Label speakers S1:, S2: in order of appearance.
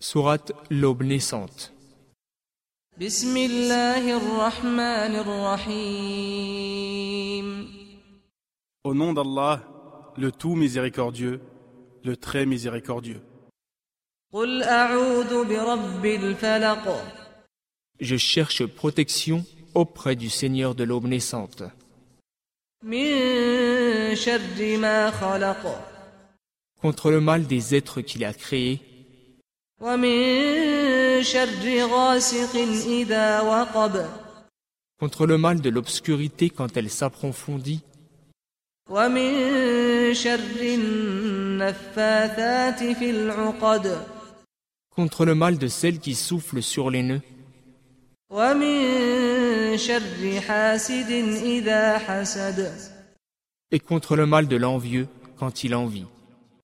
S1: Sourate L'aube naissante.
S2: بسم الله الرحمن الرحيم
S3: Au nom d'Allah, le tout miséricordieux, le très miséricordieux.
S2: قل أعوذ برب الفلق
S1: Je cherche protection auprès du Seigneur de l'aube naissante,
S2: من شر ما خلق
S1: contre le mal des êtres qu'il a créés,
S2: ومن شر غاسق إذا وقب
S1: contre le mal de l'obscurité quand elle s'approfondit,
S2: ومن شر النفاثات في العقد
S1: contre le mal de celle qui souffle sur les nœuds,
S2: ومن شر حاسد إذا حسد
S1: et contre le mal de l'envieux quand il envie.